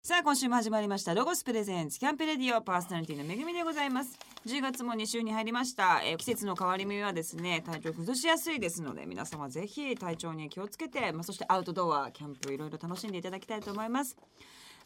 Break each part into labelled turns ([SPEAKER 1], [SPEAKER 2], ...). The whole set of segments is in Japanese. [SPEAKER 1] さあ今週も始まりましたロゴスプレゼンツキャンプレディオパーソナリティのめぐみでございます10月も2週に入りました、えー季節の変わり目はですね体調崩しやすいですので皆様ぜひ体調に気をつけて、まあ、そしてアウトドアキャンプいろいろ楽しんでいただきたいと思います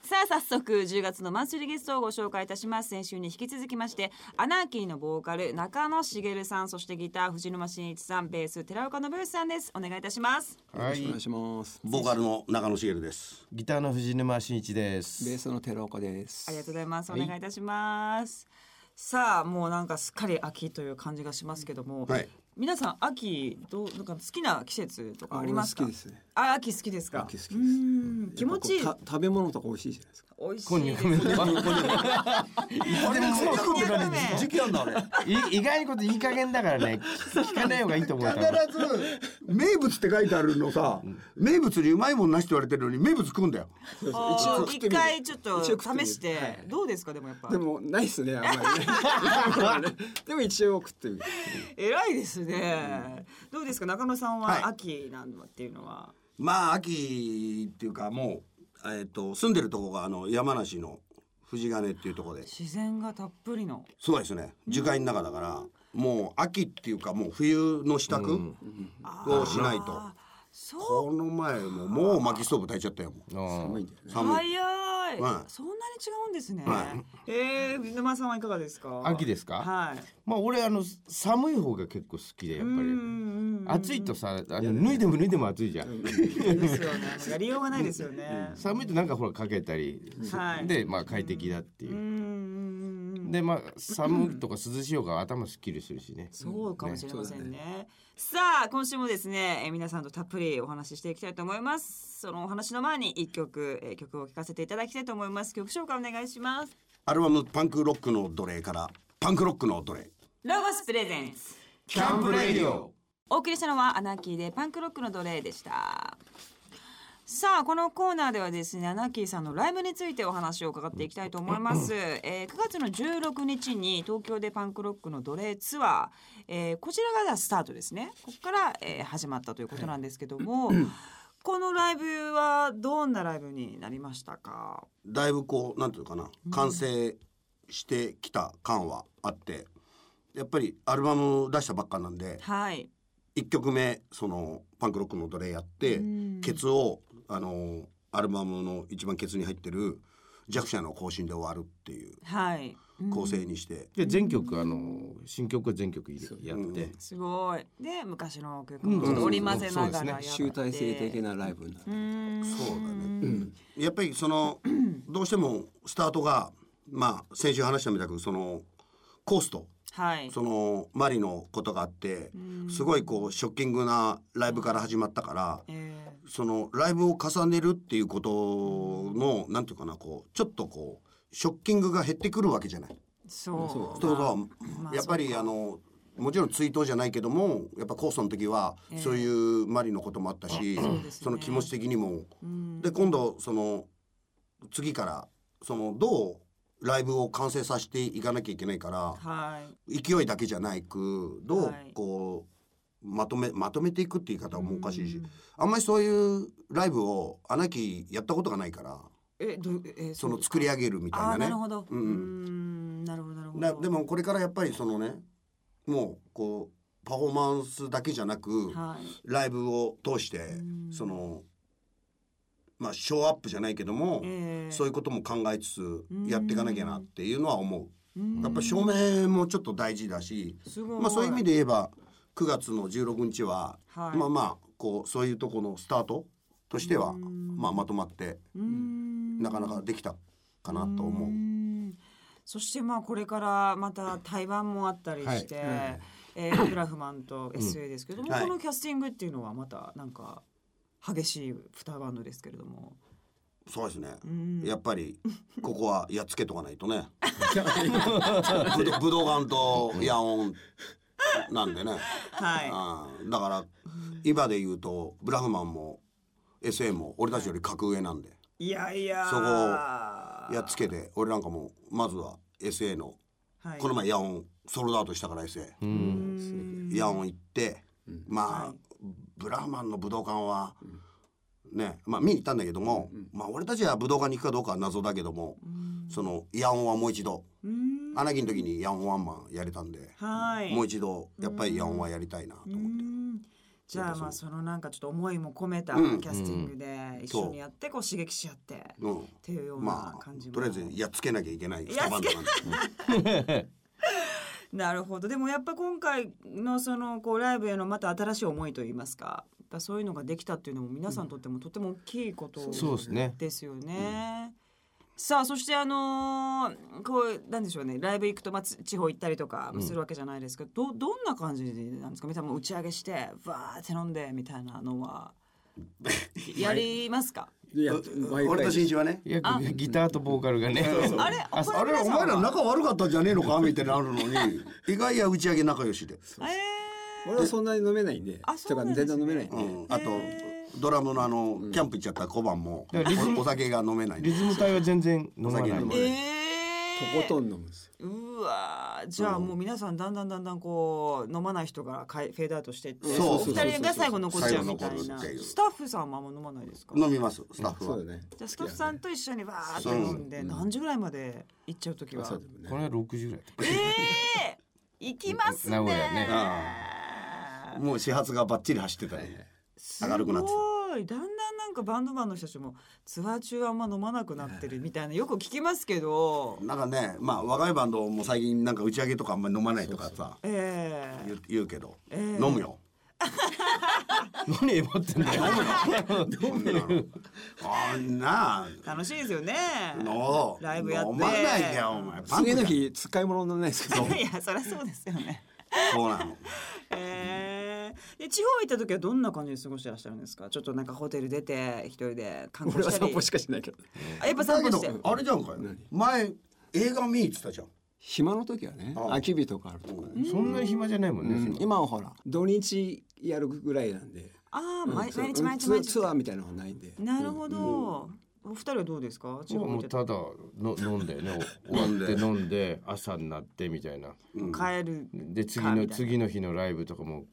[SPEAKER 1] さあ早速10月のマンスリーゲストをご紹介いたします先週に引き続きましてアナーキーのボーカル中野茂さんそしてギター藤沼真一さんベース寺岡信義さんですお願いいたします
[SPEAKER 2] よろ
[SPEAKER 3] は
[SPEAKER 2] しくお願い
[SPEAKER 3] い。
[SPEAKER 2] します。
[SPEAKER 3] ボーカルの中野茂です。
[SPEAKER 4] ギターの藤沼真一で
[SPEAKER 2] ベー
[SPEAKER 4] す。
[SPEAKER 2] スの寺岡です。
[SPEAKER 1] ありがとうございます。お
[SPEAKER 4] はい
[SPEAKER 1] 願いいたします。さあ、もうなんかすっかり秋という感じがしますけども。
[SPEAKER 3] はい。
[SPEAKER 1] 皆さん、秋、どう、なんか好きな季節とかありますか。
[SPEAKER 2] 俺好きですね。
[SPEAKER 1] あ、秋好きですか。
[SPEAKER 2] 秋好きです
[SPEAKER 1] うーん気持ちいい
[SPEAKER 2] や。っぱこうた食べ物とか美味しいじゃないですか。
[SPEAKER 1] 美味し
[SPEAKER 4] こん
[SPEAKER 1] い
[SPEAKER 4] に
[SPEAKER 1] です。
[SPEAKER 4] ゃく麺とか
[SPEAKER 3] あれも
[SPEAKER 1] う食ってない
[SPEAKER 3] 時期あんだあれ。
[SPEAKER 4] い意外にこといい加減だからね、聞聞かない方がいいと思う。多分
[SPEAKER 3] 必ず名物って書いてあるのさ、名物にうまいもんなしって言われてるのに名物食うんだよ。
[SPEAKER 1] あ
[SPEAKER 2] 一
[SPEAKER 1] ー
[SPEAKER 2] 応食って
[SPEAKER 1] 一
[SPEAKER 2] みる
[SPEAKER 1] 回ちょっと
[SPEAKER 2] 一応食っ
[SPEAKER 1] 試
[SPEAKER 2] てみる
[SPEAKER 1] して
[SPEAKER 2] はい、
[SPEAKER 1] どうですか、でもやっぱ
[SPEAKER 2] で。もないですねあんま りね。でも一応食ってみる。
[SPEAKER 1] 偉いですね。どうですか、中野さん
[SPEAKER 3] はい
[SPEAKER 1] は秋なんだっていうのは。
[SPEAKER 3] まあ秋っていうかもうえっ、と住んでるとこがあの山梨の富士ヶ根っていうとこで、
[SPEAKER 1] 自然がたっぷりの。
[SPEAKER 3] そうですね。樹海の中だから。もう秋っていうかもう冬の支度、をしないと
[SPEAKER 1] あーそう。
[SPEAKER 3] この前ももう薪ストーブ炊いちゃったよもう
[SPEAKER 4] うん
[SPEAKER 2] 寒いんだよね。
[SPEAKER 3] 寒い
[SPEAKER 1] 早い、
[SPEAKER 3] はい
[SPEAKER 1] そんなに違うんですね。
[SPEAKER 3] は
[SPEAKER 1] ええー、沼さんはいかがですか。
[SPEAKER 4] 秋ですか
[SPEAKER 1] はい。
[SPEAKER 4] まあ俺あの寒い方が結構好きでやっぱり。暑いとさ、あの脱いでも脱いでも暑いじゃ
[SPEAKER 1] り。
[SPEAKER 4] ん。
[SPEAKER 1] ですよね。やりようがないですよね。
[SPEAKER 4] 寒いとなんかほらかけたり
[SPEAKER 1] はい、
[SPEAKER 4] でまあ快適だって
[SPEAKER 1] うん
[SPEAKER 4] いう。
[SPEAKER 1] うんうん。
[SPEAKER 4] でまあ寒いとか涼しい方が頭すっきりするしね。
[SPEAKER 1] そうかもしれませんね
[SPEAKER 2] ね
[SPEAKER 1] さあ今週もですね、えー皆さんとたっぷりお話ししていきたいと思いますそのお話の前に一曲、えー曲を聴かせていただきたいと思います曲紹介お願いします
[SPEAKER 3] アルバム「パンクロックの奴隷」から「パンクロックの奴隷
[SPEAKER 1] ロゴスプレゼンス
[SPEAKER 4] キャンプレイディオ。
[SPEAKER 1] お送りしたのはアナーキーでパンクロックの奴隷でしたさあこのコーナーではですねアナーキーさんのライブについてお話を伺っていきたいと思います、えー、9月の16日に東京でパンクロックの奴隷ツアー、えーこちらがスタートですねここから、えー始まったということなんですけども、このライブはどんなライブになりましたか」
[SPEAKER 3] だいぶこうなんていうのかな完成してきた感はあってやっぱりアルバム出したばっかなんで
[SPEAKER 1] はい
[SPEAKER 3] 1曲目その「パンクロックの奴隷」やって
[SPEAKER 1] うん
[SPEAKER 3] ケツをあのアルバムの一番ケツに入ってる弱者の更新で終わるっていう
[SPEAKER 1] はい、うん
[SPEAKER 3] 構成にして
[SPEAKER 4] で全曲あの新曲は全曲入れやって。
[SPEAKER 1] すごいで昔の曲もちょっと織り交ぜながらやって、
[SPEAKER 2] 集大成的なライブになって。
[SPEAKER 1] うん
[SPEAKER 3] そうだねやっぱり そのどうしてもスタートがまあ先週話したみたくそのコースト
[SPEAKER 1] はい
[SPEAKER 3] そのマリのことがあってすごいこうショッキングなライブから始まったから
[SPEAKER 1] えー
[SPEAKER 3] そのライブを重ねるっていうことのなんていうかなこうちょっとこうショッキングが減ってくるわけじゃない。
[SPEAKER 1] そう。
[SPEAKER 3] ということは
[SPEAKER 1] まあ
[SPEAKER 3] やっ
[SPEAKER 1] そ
[SPEAKER 3] ぱ
[SPEAKER 1] う
[SPEAKER 3] り
[SPEAKER 1] か
[SPEAKER 3] あのもちろん追悼じゃないけどもやっぱコーストの時はそういうマリのこともあったし、
[SPEAKER 1] そうですね
[SPEAKER 3] その気持ち的にも。
[SPEAKER 1] うん
[SPEAKER 3] で今度その次からそのどうライブを完成させていかなきゃいけないから。
[SPEAKER 1] はい。
[SPEAKER 3] 勢いだけじゃないくどう
[SPEAKER 1] はい
[SPEAKER 3] こう、まとめまとめていくって言い方もおかしいし、
[SPEAKER 1] うん
[SPEAKER 3] あんまりそういうライブをアナキやったことがないから
[SPEAKER 1] え、どう、え、
[SPEAKER 3] その作り上げるみたい
[SPEAKER 1] ああー、な
[SPEAKER 3] な
[SPEAKER 1] る
[SPEAKER 3] ね。
[SPEAKER 1] ほど。う
[SPEAKER 3] うんん
[SPEAKER 1] う
[SPEAKER 3] うん
[SPEAKER 1] ん。なるほど、なるほ
[SPEAKER 3] な
[SPEAKER 1] ど。
[SPEAKER 3] でもこれからやっぱりそのねもうこうパフォーマンスだけじゃなく、
[SPEAKER 1] はい。
[SPEAKER 3] ライブを通して
[SPEAKER 1] うん
[SPEAKER 3] そのまあショーアップじゃないけども、
[SPEAKER 1] え
[SPEAKER 3] そう
[SPEAKER 1] い
[SPEAKER 3] いうことも考えつつやっていかなきゃなっていうのは思う。
[SPEAKER 1] うん
[SPEAKER 3] やっぱ照明もちょっと大事だし、
[SPEAKER 1] すごい。
[SPEAKER 3] まあ、そういう意味で言えば9月の16日は、
[SPEAKER 1] はい
[SPEAKER 3] まあまあこうそういうとこのスタートとしては、
[SPEAKER 1] うん
[SPEAKER 3] まあ、まとまって
[SPEAKER 1] うん、
[SPEAKER 3] なかなかできたかなと思う。
[SPEAKER 1] んそしてまあこれからまた対バンもあったりして、えーグラフマンと SA ですけども、
[SPEAKER 3] はい
[SPEAKER 1] このキャスティングっていうのはまたなんか激しい二バンドですけれども、
[SPEAKER 3] そうですね、
[SPEAKER 1] ん
[SPEAKER 3] やっぱりここはやっつけとかないとねぶ ど武道館と野音なんでね、
[SPEAKER 1] は
[SPEAKER 3] うんだから今で言うとブラフマンも SA も俺たちより格上なんで、
[SPEAKER 1] い、いやいや
[SPEAKER 3] そこを
[SPEAKER 1] を
[SPEAKER 3] やっつけて俺なんかもうまずは SA の
[SPEAKER 1] はい、
[SPEAKER 3] この前野音ソールドアウトしたから SA。
[SPEAKER 4] うん
[SPEAKER 3] ヤンを行って、まあ、
[SPEAKER 1] はい
[SPEAKER 3] ブラーマンの武道館は、ねまあ見に行ったんだけども、まあ俺たちは武道館に行くかどうかは謎だけども、そのイヤホンはもう一度
[SPEAKER 1] うーん
[SPEAKER 3] アナギの時にイヤホンワンマンやれたんで、
[SPEAKER 1] はい
[SPEAKER 3] もう一度やっぱりイヤホンはやりたいなと
[SPEAKER 1] う
[SPEAKER 3] 思って、
[SPEAKER 1] んじゃあまあそのなんかちょっと思いも込めたキ
[SPEAKER 3] うん
[SPEAKER 1] ャスティングで一緒にやってこう刺激し合ってっ
[SPEAKER 3] うん
[SPEAKER 1] ていうよう
[SPEAKER 3] ま
[SPEAKER 1] な
[SPEAKER 3] あ
[SPEAKER 1] 感じも
[SPEAKER 3] とりあえずやっつけなきゃいけない
[SPEAKER 1] やっつけ
[SPEAKER 3] 二晩とかね
[SPEAKER 1] なるほどでもやっぱ今回のそのこうライブへのまた新しい思いといいますかやっぱそういうのができたっていうのも皆さんにとってもとても大きいこと
[SPEAKER 4] そうですね
[SPEAKER 1] ですよね。さあそしてあのーこうなんでしょうねライブ行くと、まあ、つ地方行ったりとかするわけじゃないですけど、どどんな感じなんですかみたいなもう打ち上げしてわーって飲んでみたいなの はやりますか
[SPEAKER 2] いや
[SPEAKER 3] うん俺と新一はね
[SPEAKER 4] いやギターとボーカルがね
[SPEAKER 1] あれ
[SPEAKER 4] あそう
[SPEAKER 1] こ
[SPEAKER 3] あれ
[SPEAKER 1] 皆
[SPEAKER 3] お
[SPEAKER 1] さんは
[SPEAKER 3] 前ら仲悪かったんじゃねえのかみたいなのあるのに 意外や打ち上げ仲良しで、
[SPEAKER 1] えー
[SPEAKER 2] 俺はそんなに飲めないんで
[SPEAKER 1] あそうなんですね
[SPEAKER 2] てか全然飲めないんで、
[SPEAKER 3] うん、あとドラムのあのキャンプ行っちゃった小判も
[SPEAKER 4] だからリズム
[SPEAKER 3] おお酒が飲めない
[SPEAKER 4] リズム隊は全然飲まない
[SPEAKER 3] お酒飲まない
[SPEAKER 1] えー、
[SPEAKER 2] とことん飲むんですよ
[SPEAKER 1] うわーじゃあもう皆さんだんだんだんだんこう飲まない人がかいフェードアウトしてって
[SPEAKER 3] そう
[SPEAKER 1] お二人が最後残っちゃうみたい
[SPEAKER 3] 最後
[SPEAKER 1] な
[SPEAKER 3] 残るっていう
[SPEAKER 1] スタッフさんもあんま飲まないですかじ
[SPEAKER 3] 飲みますスタッフ
[SPEAKER 2] そ
[SPEAKER 3] は
[SPEAKER 2] うだね
[SPEAKER 1] ゃあスタッフさんと一緒にわーって
[SPEAKER 3] そう
[SPEAKER 1] 飲んで何時ぐらいまで行っちゃう時は
[SPEAKER 2] 朝でもね
[SPEAKER 4] これは60ぐらい
[SPEAKER 1] ええー、行きますね
[SPEAKER 4] 名古屋ね
[SPEAKER 3] もう始発がバッチリ走ってたり、明るくなってた
[SPEAKER 1] すごいだんだんなんかバンドマンの人たちもツアー中はあんま飲まなくなってるみたいなよく聞きますけど
[SPEAKER 3] なんかねまあ若いバンドも最近なんか打ち上げとかあんまり飲まないとかさ
[SPEAKER 1] ええ
[SPEAKER 3] 言う言うけど、
[SPEAKER 1] ええ
[SPEAKER 3] 飲むよ
[SPEAKER 4] 何エボってんだよ
[SPEAKER 3] 飲むよあんな
[SPEAKER 1] 楽しいですよね
[SPEAKER 3] の
[SPEAKER 1] ライブやって
[SPEAKER 3] 飲まないでよお前パン
[SPEAKER 2] 次
[SPEAKER 3] ク
[SPEAKER 2] の
[SPEAKER 3] だ
[SPEAKER 2] 日使い物にならないですけど
[SPEAKER 1] いやそりゃそうですよね。
[SPEAKER 3] そうなの
[SPEAKER 1] えー、で地方行った時はどんな感じで過ごしてらっしゃるんですかちょっとなんかホテル出て一人で観
[SPEAKER 2] 俺
[SPEAKER 1] 光
[SPEAKER 2] は
[SPEAKER 1] した
[SPEAKER 2] 散
[SPEAKER 1] り
[SPEAKER 2] 歩しかしないけど
[SPEAKER 1] あやっぱ散
[SPEAKER 3] だけ
[SPEAKER 1] 歩して
[SPEAKER 3] どあれじゃんかよ前映画見に行ってたじゃん
[SPEAKER 2] 暇の時はね
[SPEAKER 3] ああ
[SPEAKER 2] 空き日とかあるとかね
[SPEAKER 4] そんなに暇じゃないもんね、
[SPEAKER 2] うん今はほら土日やるぐらいなんで
[SPEAKER 1] ああ毎
[SPEAKER 2] そう
[SPEAKER 1] 毎日毎日
[SPEAKER 2] ツ
[SPEAKER 1] 毎日
[SPEAKER 2] ツアーみたいなのはないんで
[SPEAKER 1] なるほど、お二人はどうですか地方
[SPEAKER 4] も
[SPEAKER 1] 行っ
[SPEAKER 4] う
[SPEAKER 1] て
[SPEAKER 4] ただの飲んだよねお終わって飲んで朝になってみたいな
[SPEAKER 1] 帰る
[SPEAKER 4] で
[SPEAKER 1] み
[SPEAKER 4] 次
[SPEAKER 1] たい
[SPEAKER 4] の
[SPEAKER 1] な
[SPEAKER 4] 次の日のライブとかも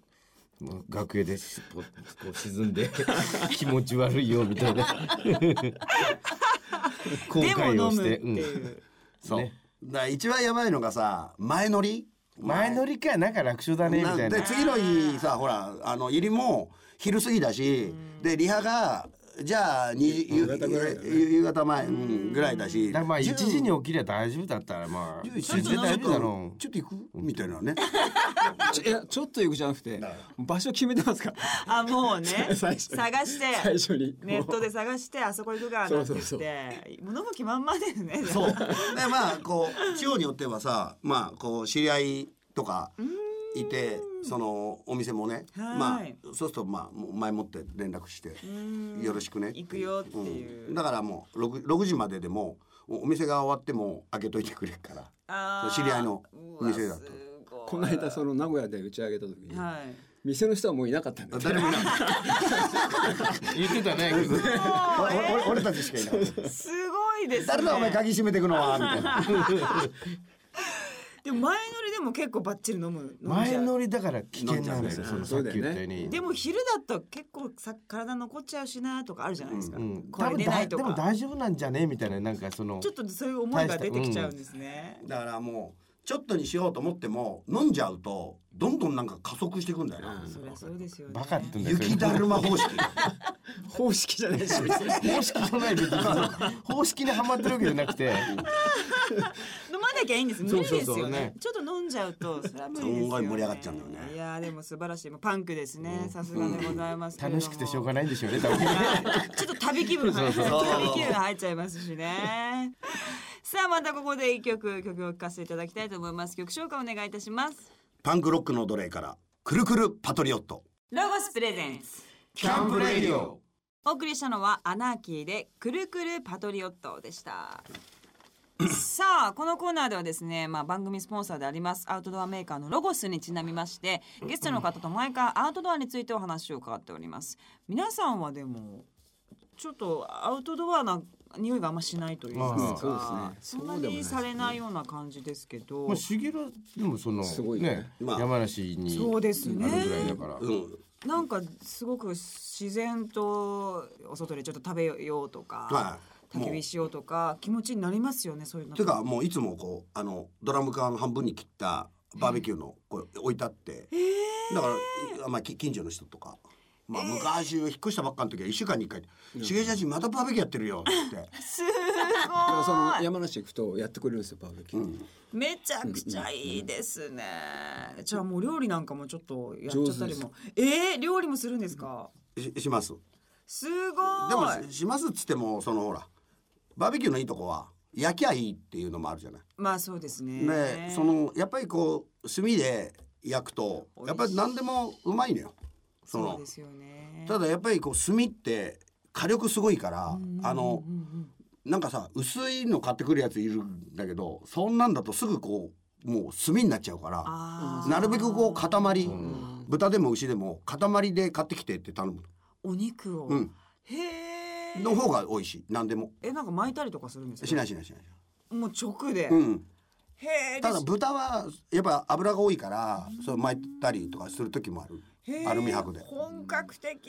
[SPEAKER 4] もう楽屋でしこうこう沈んで 気持ち悪いよみたいな後
[SPEAKER 1] でも
[SPEAKER 4] 悔
[SPEAKER 1] 飲
[SPEAKER 4] をし
[SPEAKER 1] むって
[SPEAKER 4] て、
[SPEAKER 1] いう、
[SPEAKER 3] そう、
[SPEAKER 4] ね
[SPEAKER 3] だから一番やばいのがさ前乗り
[SPEAKER 4] うん前乗りかなんか楽勝だねみ
[SPEAKER 3] な
[SPEAKER 4] たい
[SPEAKER 3] で
[SPEAKER 4] な
[SPEAKER 3] 次の日さほらあの入りも昼過ぎだしでリハがじゃあに夕
[SPEAKER 2] 方ぐらいだね
[SPEAKER 3] 夕夕方前うんぐらいだし
[SPEAKER 4] だからまあ
[SPEAKER 3] 10
[SPEAKER 4] 1時に起きりゃ大丈夫だったらまあ
[SPEAKER 3] 11
[SPEAKER 4] 全然大丈夫だろ
[SPEAKER 3] ちょっと行くみたいなね
[SPEAKER 2] ちょいやちょっと行くじゃなくて場所決めてますから
[SPEAKER 1] あもうね 探
[SPEAKER 2] 最初に
[SPEAKER 1] して
[SPEAKER 2] 最初に
[SPEAKER 1] ネットで探してあそこ行くかなんて言って
[SPEAKER 2] そうそうそう
[SPEAKER 1] 物向き満々ですね
[SPEAKER 3] そうでまあこう地方によってはさまあこう知り合いとかいてそのお店もね
[SPEAKER 1] はい
[SPEAKER 3] まあそうするとまあもう前もって連絡して
[SPEAKER 1] ん
[SPEAKER 3] よろしくね
[SPEAKER 1] 行くよっていう
[SPEAKER 3] だからもう 6, 6時まででもおお店が終わっても開けといてくれるから
[SPEAKER 1] あー
[SPEAKER 3] 知り合いの店だ
[SPEAKER 1] う
[SPEAKER 3] と
[SPEAKER 1] わすごい
[SPEAKER 2] この間その名古屋で打ち上げた時に
[SPEAKER 1] はい
[SPEAKER 2] 店の人はもういなかったんで
[SPEAKER 3] 誰もいない
[SPEAKER 4] う言ってたね
[SPEAKER 3] 俺 俺俺たちしかいない
[SPEAKER 1] すごいですね。
[SPEAKER 3] 誰だお前鍵閉めてくのはみたいな
[SPEAKER 1] でも前乗りでも結構バッチリ飲む。飲んじ
[SPEAKER 4] 前
[SPEAKER 1] ゃう
[SPEAKER 4] 乗りだから危険なんだよ
[SPEAKER 2] 飲んじゃう
[SPEAKER 4] そのさっき言ったように
[SPEAKER 1] でも昼だと結構さ体残っちゃうしなとかあるじゃないですか。
[SPEAKER 4] うん
[SPEAKER 1] これ
[SPEAKER 4] 多分
[SPEAKER 1] 寝ない
[SPEAKER 4] だ
[SPEAKER 1] と
[SPEAKER 4] でも
[SPEAKER 1] か。
[SPEAKER 4] 大丈夫なんじゃねみたいななんかその
[SPEAKER 1] ちょっとそういう思いが出てきちゃうんですね。
[SPEAKER 3] だからもうちょっとにしようと思っても飲んじゃうとどんどんなんか加速していくんだよな、
[SPEAKER 1] そりゃそうですよね。
[SPEAKER 4] バカって言うんだよ
[SPEAKER 3] 雪だるま方式
[SPEAKER 2] 方式じゃ ないし
[SPEAKER 4] 方式じゃない別に方式にはまってるわけじゃな くて
[SPEAKER 1] 飲まなきゃいいんです。無理ですよね。
[SPEAKER 4] そうそうそうね
[SPEAKER 1] ちょっと飲んじゃうとそれは無理ですよ、ね。
[SPEAKER 3] すんごい盛り上がっちゃうんだよね
[SPEAKER 1] いやーでも素晴らしい。もうパンクですね。さすがでございますけれども。
[SPEAKER 4] 楽しくてしょうがないんでしょうね多分
[SPEAKER 1] はい ちょっと旅気分入っ
[SPEAKER 4] そう
[SPEAKER 3] そうそう
[SPEAKER 1] 旅気分入っちゃいますしね。 さあまたここで一曲曲を聴かせていただきたいと思います。曲紹介お願いいたします。
[SPEAKER 3] パンクロックの奴隷からくるくるパトリオット
[SPEAKER 1] ロゴスプレゼンス。
[SPEAKER 4] キャンプレディオ
[SPEAKER 1] お送りしたのはアナーキーでくるくるパトリオットでした。さあこのコーナーではですね、まあ、番組スポンサーでありますアウトドアメーカーのロゴスにちなみましてゲストの方と毎回アウトドアについてお話を伺っております皆さんはでもちょっとアウトドアな匂いがあんましないというか、
[SPEAKER 4] まあ
[SPEAKER 1] そ
[SPEAKER 2] そ
[SPEAKER 1] ん
[SPEAKER 2] うですね
[SPEAKER 1] なにされないような感じですけど
[SPEAKER 4] まあ、しげるでもその
[SPEAKER 2] すごいね
[SPEAKER 4] ね
[SPEAKER 3] まあ
[SPEAKER 4] 山梨に
[SPEAKER 1] そうですね
[SPEAKER 4] あるぐらいだから、
[SPEAKER 3] うん
[SPEAKER 1] なんかすごく自然とお外でちょっと食べようとか
[SPEAKER 3] は、い
[SPEAKER 1] 焚き火しようとか気持ちになりますよねそういうの
[SPEAKER 3] ていうかもういつもこうあのドラム缶半分に切ったバーベキューのこう置いてあって、だから、まあ、き近所の人とか、まあ、昔引っ越したばっかの時は1週間に1回「重げ写真またバーベキューやってるよ」って言って
[SPEAKER 1] す
[SPEAKER 2] でもそ
[SPEAKER 1] ご
[SPEAKER 2] の山梨行くとやってくれるんですよバーベキュー、
[SPEAKER 1] いめちゃくちゃいいですねじゃあもう料理なんかもちょっとやっちゃったりもえー、料理もするんですか
[SPEAKER 3] しします
[SPEAKER 1] すご
[SPEAKER 3] でも
[SPEAKER 1] い
[SPEAKER 3] ししますっつってもそのほらバーベキューのいいとこは焼きゃいいっていうのもあるじゃない。
[SPEAKER 1] まあそうですね
[SPEAKER 3] でそのやっぱりこう炭で焼くとやっぱり何でもうまいのよ。その
[SPEAKER 1] そうですよね
[SPEAKER 3] ただやっぱりこう炭って火力すごいから、あの
[SPEAKER 1] うんうん
[SPEAKER 3] なんかさ薄いの買ってくるやついるんだけどそんなんだとすぐこうもう炭になっちゃうから
[SPEAKER 1] あー
[SPEAKER 3] なるべくこう塊、
[SPEAKER 2] ん
[SPEAKER 3] 豚でも牛でも塊で買ってきてって頼む、
[SPEAKER 1] お肉を、
[SPEAKER 3] うん、
[SPEAKER 1] へえ
[SPEAKER 3] の方が美味しい何でも
[SPEAKER 1] えなんか巻いたりとかするんですか
[SPEAKER 3] しないしないしない、
[SPEAKER 1] もう直で、
[SPEAKER 3] うん、
[SPEAKER 1] へえ
[SPEAKER 3] ただ豚はやっぱ油が多いからそれ巻いたりとかする時もある
[SPEAKER 1] へー
[SPEAKER 3] アルミ箔で
[SPEAKER 1] 本格的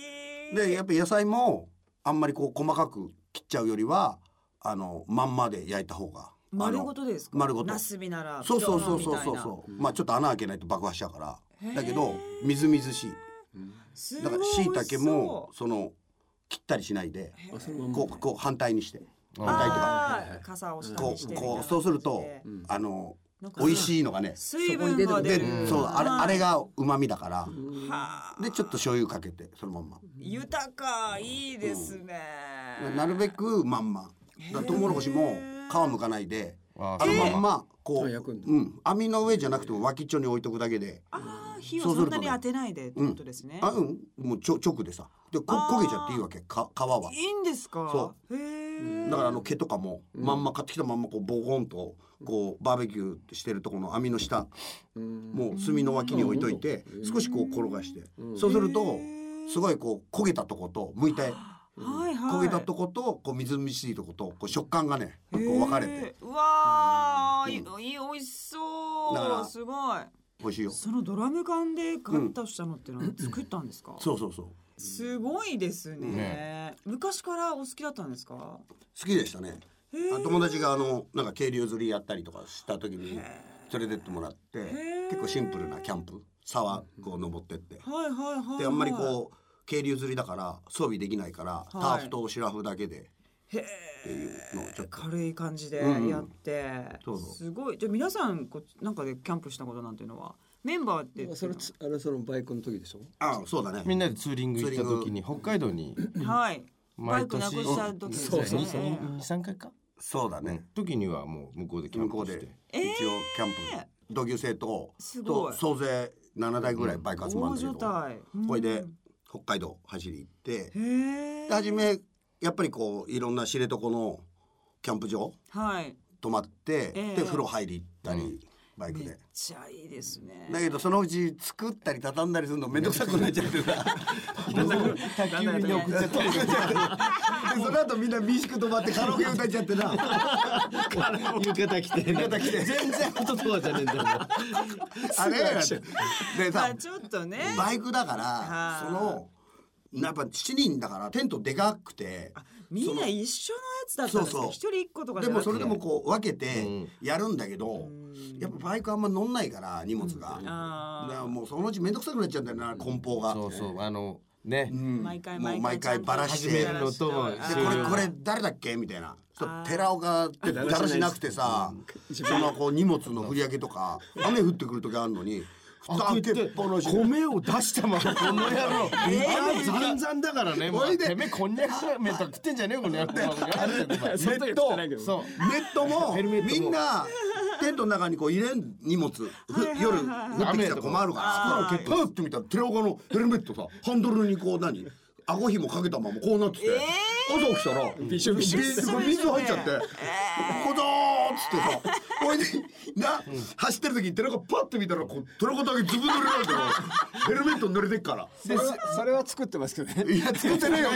[SPEAKER 3] でやっぱ野菜もあんまりこう細かく切っちゃうよりはあのまんまで焼いた方が
[SPEAKER 1] 丸ごとですか
[SPEAKER 3] 丸ごと
[SPEAKER 1] ナスビなら
[SPEAKER 3] そうそうそうそう
[SPEAKER 1] ドーンみたい
[SPEAKER 3] そう
[SPEAKER 1] な
[SPEAKER 3] そう、まあちょっと穴開けないと爆破しちゃうからだけ
[SPEAKER 1] へ
[SPEAKER 3] どみずみずしい
[SPEAKER 1] す
[SPEAKER 3] だから
[SPEAKER 1] ごい
[SPEAKER 3] しい
[SPEAKER 1] 美
[SPEAKER 3] た
[SPEAKER 1] 味し
[SPEAKER 3] け
[SPEAKER 1] そう
[SPEAKER 3] もその切ったりしないで
[SPEAKER 2] あそのまんま
[SPEAKER 3] こうこう反対にして
[SPEAKER 4] あー
[SPEAKER 3] 反対とか
[SPEAKER 1] あ
[SPEAKER 2] はいはいは
[SPEAKER 1] ー
[SPEAKER 2] い
[SPEAKER 1] 傘を下
[SPEAKER 3] こ
[SPEAKER 1] にし
[SPEAKER 3] う
[SPEAKER 1] て
[SPEAKER 3] こうそうすると
[SPEAKER 2] ん
[SPEAKER 3] あの美
[SPEAKER 1] お
[SPEAKER 3] 味
[SPEAKER 1] いい
[SPEAKER 3] しいのがね
[SPEAKER 1] 水分が出
[SPEAKER 3] で
[SPEAKER 1] る
[SPEAKER 3] そうあれあれ
[SPEAKER 1] が
[SPEAKER 3] がうまみだから
[SPEAKER 1] はあ
[SPEAKER 3] でちょっと醤油かけてそのまんま
[SPEAKER 1] 豊かいいですね
[SPEAKER 3] なるべくまんまだからトウモロコシも皮むかないで
[SPEAKER 4] あー
[SPEAKER 3] あのまんまこう、
[SPEAKER 2] あ焼くんだ
[SPEAKER 3] うん、網の上じゃなくても脇っちょに置いとくだけで
[SPEAKER 1] あー火を
[SPEAKER 3] そうす
[SPEAKER 1] そ
[SPEAKER 3] る
[SPEAKER 1] ん
[SPEAKER 3] と
[SPEAKER 1] な
[SPEAKER 3] ね
[SPEAKER 1] に当てないでってことですね
[SPEAKER 3] あうんもうちょ直でさでこ
[SPEAKER 1] あー
[SPEAKER 3] 焦げちゃっていいわけか皮はい
[SPEAKER 1] いんですか
[SPEAKER 3] そ
[SPEAKER 1] へえ
[SPEAKER 3] だからあの毛とかもまんま買ってきたまんまこうボコンとこうバーベキューしてるところの網の下
[SPEAKER 2] うん
[SPEAKER 3] もう炭の脇に置いといて少しこう転がしてそうするとすごいこう焦げたとこと剥いて
[SPEAKER 1] はいはい
[SPEAKER 3] 焦げたとことこうみずみずしいとことこう食感がねこう
[SPEAKER 1] へー
[SPEAKER 3] 分かれて
[SPEAKER 1] うわー、
[SPEAKER 3] う
[SPEAKER 1] いいい美味しそ
[SPEAKER 3] だから
[SPEAKER 1] うすごい
[SPEAKER 3] 美味しいよ
[SPEAKER 1] そのドラム缶でカットしたのってのは作ったんですか、
[SPEAKER 3] そうそうそう
[SPEAKER 1] すごいですね昔からお好きだったんですか
[SPEAKER 3] 好きでしたね
[SPEAKER 1] へー
[SPEAKER 3] あ友達があのなんか渓流釣りやったりとかした時に連れてってもらって
[SPEAKER 1] ー
[SPEAKER 3] 結構シンプルなキャンプ沢こう登ってって
[SPEAKER 1] はいはいはい、はい、
[SPEAKER 3] であんまりこう渓流釣りだから装備できないからターフと芝生だけで
[SPEAKER 1] うへ
[SPEAKER 3] っていうのをちょっ
[SPEAKER 1] ー
[SPEAKER 3] と
[SPEAKER 1] 軽い感じで
[SPEAKER 3] うん
[SPEAKER 1] やって、
[SPEAKER 3] そうそう
[SPEAKER 1] すごいじゃあ皆さんこうなんかでキャンプしたことなんていうのはメンバーって
[SPEAKER 2] それつあれそのバイクの時でしょ
[SPEAKER 3] あそうだ
[SPEAKER 4] みん
[SPEAKER 3] ね
[SPEAKER 4] なでツーリング行った時に北海道に
[SPEAKER 1] はいバイ
[SPEAKER 4] 毎
[SPEAKER 1] クな
[SPEAKER 4] 年
[SPEAKER 1] くした時です
[SPEAKER 2] そう
[SPEAKER 1] よ
[SPEAKER 2] そうそう
[SPEAKER 1] ね
[SPEAKER 4] 23回か
[SPEAKER 3] そうだね
[SPEAKER 4] 時にはもう向こうでキャ
[SPEAKER 3] 向
[SPEAKER 4] ン
[SPEAKER 3] こう
[SPEAKER 4] プ
[SPEAKER 3] で
[SPEAKER 4] し
[SPEAKER 3] 一応
[SPEAKER 4] て
[SPEAKER 3] キャンプ同級生と
[SPEAKER 1] すご
[SPEAKER 3] と
[SPEAKER 1] い
[SPEAKER 3] 総勢7台ぐらいバイク集ま
[SPEAKER 1] 大
[SPEAKER 3] るんだ
[SPEAKER 1] 所
[SPEAKER 3] けど
[SPEAKER 1] 帯うん
[SPEAKER 3] これで北海道走り行って
[SPEAKER 1] へえ
[SPEAKER 3] で初めやっぱりこういろんな知床のキャンプ場
[SPEAKER 1] はい
[SPEAKER 3] 泊まって、
[SPEAKER 1] ええ
[SPEAKER 3] で風呂入り行ったり、バイク
[SPEAKER 1] めっ
[SPEAKER 3] で。
[SPEAKER 1] ちゃいいですね
[SPEAKER 3] だけどそのうち作ったり畳んだりするのめんどくさくな っちゃってさ
[SPEAKER 4] 宅急便で送っちゃったりとか
[SPEAKER 3] でその後みんな民宿泊まってカラオケ歌っちゃって な
[SPEAKER 2] 浴衣着て
[SPEAKER 3] 浴衣着て全然
[SPEAKER 2] ととはじゃねえんだよな
[SPEAKER 3] あれなんてで
[SPEAKER 1] ま
[SPEAKER 3] さ
[SPEAKER 1] あちょっとね
[SPEAKER 3] バイクだか
[SPEAKER 1] は
[SPEAKER 3] ら
[SPEAKER 1] い
[SPEAKER 3] そのやっぱ7人だからテントでかくて
[SPEAKER 1] みんな一緒のやつだったんです
[SPEAKER 3] そう
[SPEAKER 1] か
[SPEAKER 3] そう
[SPEAKER 1] 一人一個とかじ
[SPEAKER 3] で
[SPEAKER 1] ゃな
[SPEAKER 3] も
[SPEAKER 1] くて
[SPEAKER 3] それでもこう分け
[SPEAKER 4] うん
[SPEAKER 3] てやるんだけど、やっぱバイクあんま乗んないから荷物が、だ
[SPEAKER 1] あ
[SPEAKER 3] からもうそのうちめんどくさくなっちゃうんだよな梱包が。
[SPEAKER 4] そうそうあのね
[SPEAKER 1] ー毎回
[SPEAKER 3] もう毎
[SPEAKER 1] ち
[SPEAKER 3] 回
[SPEAKER 1] ゃんと
[SPEAKER 3] バラし
[SPEAKER 1] 始
[SPEAKER 3] て
[SPEAKER 1] める
[SPEAKER 4] のと
[SPEAKER 1] あ
[SPEAKER 3] で
[SPEAKER 1] ー
[SPEAKER 3] こ
[SPEAKER 4] 終
[SPEAKER 3] れ
[SPEAKER 4] 了
[SPEAKER 3] これ誰だっけみたいなそう
[SPEAKER 1] あー
[SPEAKER 3] 寺岡ってだらしなくてさ
[SPEAKER 2] 自
[SPEAKER 3] そのこう荷物の振り上げとか雨降ってくる時あるのに蓋開けっぱなしで
[SPEAKER 4] 米を出したまま この野郎米残々だからねも
[SPEAKER 3] おいうで
[SPEAKER 4] てめえこんにゃく麺とか食ってんじゃねえこの野郎
[SPEAKER 2] その時は着てないけど
[SPEAKER 4] そう
[SPEAKER 3] ネット も
[SPEAKER 4] ヘルメットも
[SPEAKER 3] みんなテントの中にこう入れん荷物ふ夜降ってきたら困るから袋をパッて見たら寺岡のヘルメットさハンドルにこう何顎ひもかけたままこうなってて、朝起きたら
[SPEAKER 2] びしょびしょ
[SPEAKER 3] び水入っちゃって「ここだ!」っつってさおいでな走ってる時に寺子パッと見たらこう寺子だけずぶ濡れなんだよ ヘルメット濡れてっから
[SPEAKER 2] それはそれは作ってますけど ね
[SPEAKER 3] いや作ってねえよ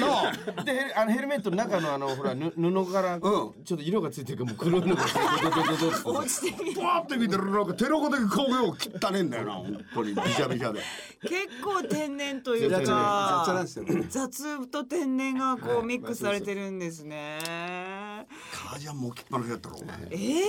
[SPEAKER 3] な
[SPEAKER 4] でヘルあのヘルメットの中のあのほらぬ布からちょっと色がついてるからもう黒いのがドドドドドって
[SPEAKER 1] 落ちて
[SPEAKER 3] パーって見たらなんか寺子だけ顔がよう汚ねえんだよな本当にびしゃびしゃで
[SPEAKER 1] 結構天然という
[SPEAKER 2] 雑
[SPEAKER 1] か
[SPEAKER 2] な雑なんですよ
[SPEAKER 1] 雑と天然がこ
[SPEAKER 2] は
[SPEAKER 1] う
[SPEAKER 2] い
[SPEAKER 1] ミックスされてるんですね。
[SPEAKER 3] 革ジャンもうきっぱなしだったろお前
[SPEAKER 1] え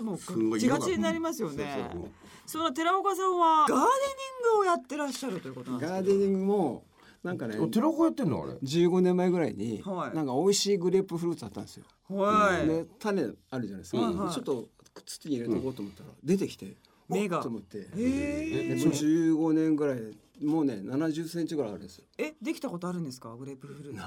[SPEAKER 1] ー、もう
[SPEAKER 3] すご
[SPEAKER 1] ガ
[SPEAKER 3] い
[SPEAKER 1] チ
[SPEAKER 3] 色
[SPEAKER 1] ガ
[SPEAKER 3] が
[SPEAKER 1] チになりますよね
[SPEAKER 3] そうそう。
[SPEAKER 1] その寺岡さんはガーデニングをやってらっしゃるということなんです
[SPEAKER 2] ガーデニングもなんかね
[SPEAKER 4] お寺子やってんのあれ
[SPEAKER 2] 15年前ぐらいに、
[SPEAKER 1] はい
[SPEAKER 2] なんか美味しいグレープフルーツあったんですよ、
[SPEAKER 1] か。はい。
[SPEAKER 2] で種あるじゃないですか、
[SPEAKER 1] はいはい
[SPEAKER 2] ちょっと土に入れとこうと思ったら出てきて、おっ
[SPEAKER 1] 芽が
[SPEAKER 2] と思って
[SPEAKER 1] えー、
[SPEAKER 2] でもう15年ぐらいもうね70センチぐらいあるんですよ
[SPEAKER 1] え、できたことあるんですか、グレープフルー